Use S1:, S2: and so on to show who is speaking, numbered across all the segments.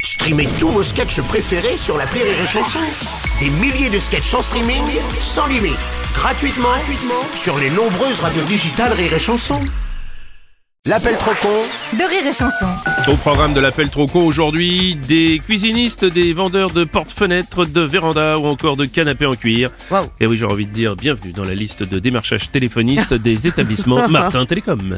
S1: Streamez tous vos sketchs préférés sur la Rire et Chanson. Des milliers de sketchs en streaming, sans limite, gratuitement, gratuitement sur les nombreuses radios digitales Rire et Chanson. L'appel trop con
S2: de rire et chanson.
S3: Au programme de l'appel trop con aujourd'hui, des cuisinistes, des vendeurs de porte-fenêtres, de vérandas ou encore de canapés en cuir.
S4: Waouh.
S3: Et oui, j'ai envie de dire bienvenue dans la liste de démarchages téléphonistes des établissements Martin Télécom.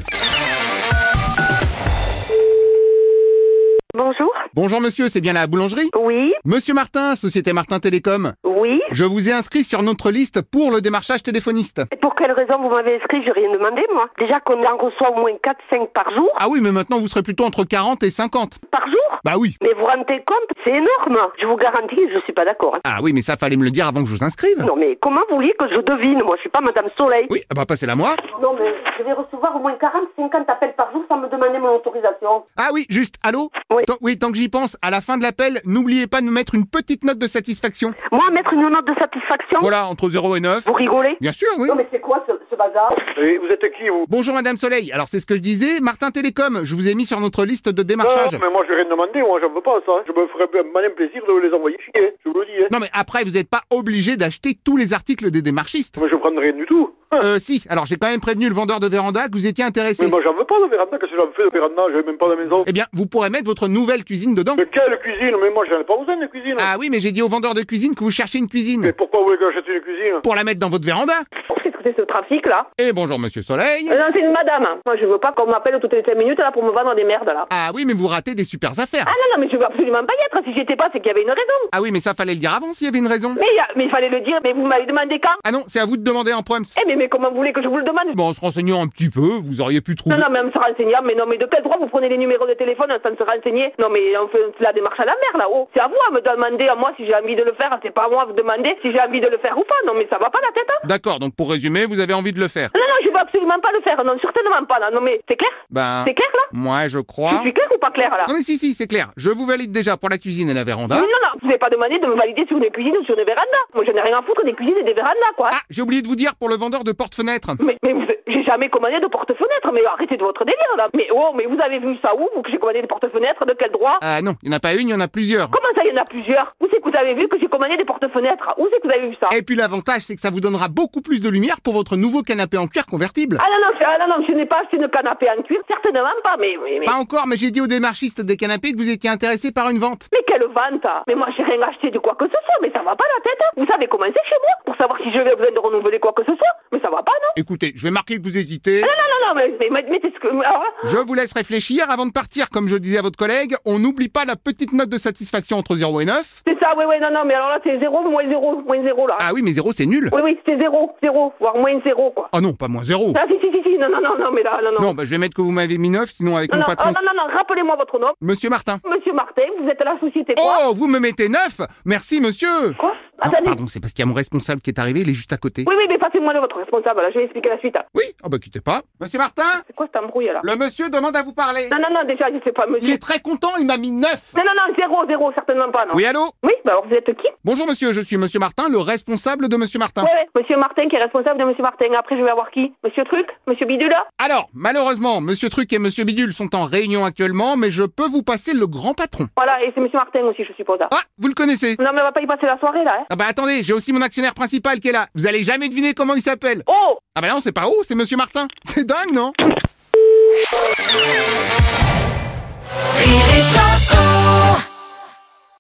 S5: Bonjour.
S6: Bonjour monsieur, c'est bien la boulangerie
S5: Oui,
S6: Monsieur Martin, Société Martin Télécom.
S5: oui.
S6: Je vous ai inscrit sur notre liste pour le démarchage téléphoniste.
S5: Et pour quelle raison vous m'avez inscrit J'ai rien demandé, moi. Déjà qu'on en reçoit au moins 4-5 par jour.
S6: Ah oui, mais maintenant vous serez plutôt entre 40 et 50.
S5: Par jour
S6: Bah oui.
S5: Mais vous vous rendez compte C'est énorme. Je vous garantis, je suis pas d'accord. hein.
S6: Ah oui, mais ça fallait me le dire avant que je vous inscrive.
S5: Non, mais comment vous voulez que je devine Moi, je suis pas Madame Soleil.
S6: Oui, ah bah passez-la moi.
S5: Non, mais je vais recevoir au moins 40-50 appels par jour sans me demander mon autorisation.
S6: Ah oui, juste, allô
S5: Oui.
S6: Tant- oui, tant que j'y pense, à la fin de l'appel, n'oubliez pas de nous mettre une petite note de satisfaction.
S5: Moi, mettre une note de satisfaction
S6: Voilà, entre 0 et 9.
S5: Vous rigolez
S6: Bien sûr, oui.
S5: Non, mais c'est quoi ce, ce bazar
S7: Et vous êtes qui, vous
S6: Bonjour Madame Soleil, alors c'est ce que je disais, Martin Télécom, je vous ai mis sur notre liste de
S7: non,
S6: démarchage.
S7: Ah, mais moi, je rien demandé, moi, j'en veux pas, ça. Je me ferais un malin plaisir de les envoyer chier, hein. je vous le dis. Hein.
S6: Non mais après, vous n'êtes pas obligé d'acheter tous les articles des démarchistes.
S7: Mais je prends rien du tout. Hein.
S6: Euh, si, alors j'ai quand même prévenu le vendeur de véranda que vous étiez intéressé.
S7: Mais moi, j'en veux pas de véranda, qu'est-ce que j'en fais de véranda J'ai même pas de maison.
S6: Eh bien, vous pourrez mettre votre nouvelle cuisine dedans.
S7: Mais quelle cuisine Mais moi, j'en ai pas besoin de cuisine.
S6: Ah oui, mais j'ai dit au vendeur de cuisine que vous cherchez une
S7: Mais
S6: cuisine.
S7: pourquoi vous voulez que j'achète une cuisine
S6: Pour la mettre dans votre véranda.
S5: Oh, Qu'est-ce que c'est ce trafic, là
S6: Et bonjour, monsieur Soleil.
S5: Euh, Non, c'est une madame. Moi, je veux pas qu'on m'appelle toutes les 5 minutes, là, pour me vendre des merdes, là.
S6: Ah oui, mais vous ratez des supers affaires.
S5: Ah non, non, mais je veux absolument pas y être. Si j'étais pas, c'est qu'il y avait une raison.
S6: Ah oui, mais ça fallait le dire avant s'il y avait une raison.
S5: Mais, il y a- mais il fallait le dire, mais vous m'avez demandé quand
S6: Ah non, c'est à vous de demander en proms.
S5: Eh mais, mais comment vous voulez que je vous le demande
S6: Bon, en se renseignant un petit peu, vous auriez pu trouver.
S5: Non, non, mais en se renseignant, mais non, mais de quel droit vous prenez les numéros de téléphone sans se renseigner Non, mais on fait la démarche à la mer, là-haut. C'est à vous à me demander à moi si j'ai envie de le faire, c'est pas à moi à vous demander si j'ai envie de le faire ou pas. Non, mais ça va pas la tête, hein
S6: D'accord, donc pour résumer, vous avez envie de le faire.
S5: Non, non, je veux absolument pas le faire, non, certainement pas, là. Non, mais c'est clair
S6: Ben,
S5: C'est clair, là
S6: moi je
S5: Je
S6: crois.
S5: suis clair ou pas clair, là
S6: Non mais si, si, c'est clair. Je vous valide déjà pour la cuisine et la
S5: Mais
S6: véranda.
S5: non, non, vous n'avez pas demandé de me valider sur une cuisine ou sur une véranda. Moi, j'en ai rien à foutre des cuisines et des vérandas, quoi.
S6: Ah, j'ai oublié de vous dire pour le vendeur de porte-fenêtre.
S5: Mais, mais vous- j'ai jamais commandé de porte-fenêtre, mais arrêtez de votre délire là. Mais oh, mais vous avez vu ça où, vous, que j'ai commandé des porte-fenêtres De quel droit
S6: Ah non, il n'y en a pas une, il y en a plusieurs.
S5: Comment ça, il y en a plusieurs Où c'est que vous avez vu que j'ai commandé des porte-fenêtres Où c'est que vous avez vu ça
S6: Et puis l'avantage, c'est que ça vous donnera beaucoup plus de lumière pour votre nouveau canapé en cuir convertible.
S5: Ah non, non, je- ah non, non, je n'ai pas acheté de canapé en cuir, certainement pas, mais, mais, mais,
S6: Pas encore, mais j'ai dit aux démarchistes des canapés que vous étiez intéressé par une vente.
S5: mais quelle vente hein. Mais moi, j'ai rien acheté de quoi que ce soit, mais ça va pas la tête hein. Vous savez comment c'est chez moi Pour savoir si je vais besoin de renouveler quoi que ce soit Mais ça va pas, non
S6: Écoutez, je vais marquer que vous hésitez.
S5: Non, non, non, mais, mais, mais, mais c'est ce que... alors là,
S6: Je vous laisse réfléchir avant de partir. Comme je disais à votre collègue, on n'oublie pas la petite note de satisfaction entre 0 et 9.
S5: c'est ça, oui, oui, non, non, mais alors là, c'est zéro, moins zéro, moins zéro, là.
S6: Ah oui, mais 0 c'est nul.
S5: Oui, oui, c'est zéro, zéro, voire moins zéro, quoi.
S6: Ah non, pas moins 0.
S5: Ah si, si, si, si, non, non, non, non, mais là, non, non.
S6: Non, bah je vais mettre que vous m'avez mis 9, sinon avec
S5: non,
S6: mon
S5: non,
S6: patron...
S5: oh, non, non, non, rappelez-moi votre nom.
S6: Monsieur Martin.
S5: Monsieur Martin, vous êtes à la société quoi Ah,
S6: Oh, vous me mettez 9 Merci monsieur
S5: Quoi
S6: Non,
S5: Attendez.
S6: pardon, c'est parce qu'il y a mon responsable qui est arrivé, il est juste à côté.
S5: Oui, oui, mais passez-moi le votre responsable, là, je vais expliquer la suite. hein.
S6: Oui, ah bah quittez pas. Monsieur Martin,
S5: C'est quoi cette embrouille, là
S6: le monsieur demande à vous parler.
S5: Non, non, non, déjà, je sais pas,
S6: Il
S5: monsieur.
S6: est très content, il m'a mis 9.
S5: Non, non, non, zéro, zéro, certainement pas, non.
S6: Oui, allô
S5: Oui, bah alors vous êtes qui
S6: Bonjour monsieur, je suis monsieur Martin, le responsable de monsieur Martin.
S5: Oui, oui, monsieur Martin qui est responsable de monsieur Martin. Après, je vais avoir qui Monsieur Truc Monsieur Bidula
S6: Alors, malheureusement, monsieur Truc et monsieur Bidule sont en réunion actuellement, mais je peux vous passer le grand patron.
S5: Voilà, et c'est monsieur Martin aussi, je suppose. hein.
S6: Ah, vous le connaissez
S5: Non, mais on va pas y passer la soirée, là, hein.
S6: Ah bah attendez, j'ai aussi mon actionnaire principal qui est là. Vous allez jamais deviner comment il s'appelle.
S5: Oh
S6: Ah bah non, c'est pas où, c'est monsieur Martin. C'est dingue, non
S2: Rire et chanson.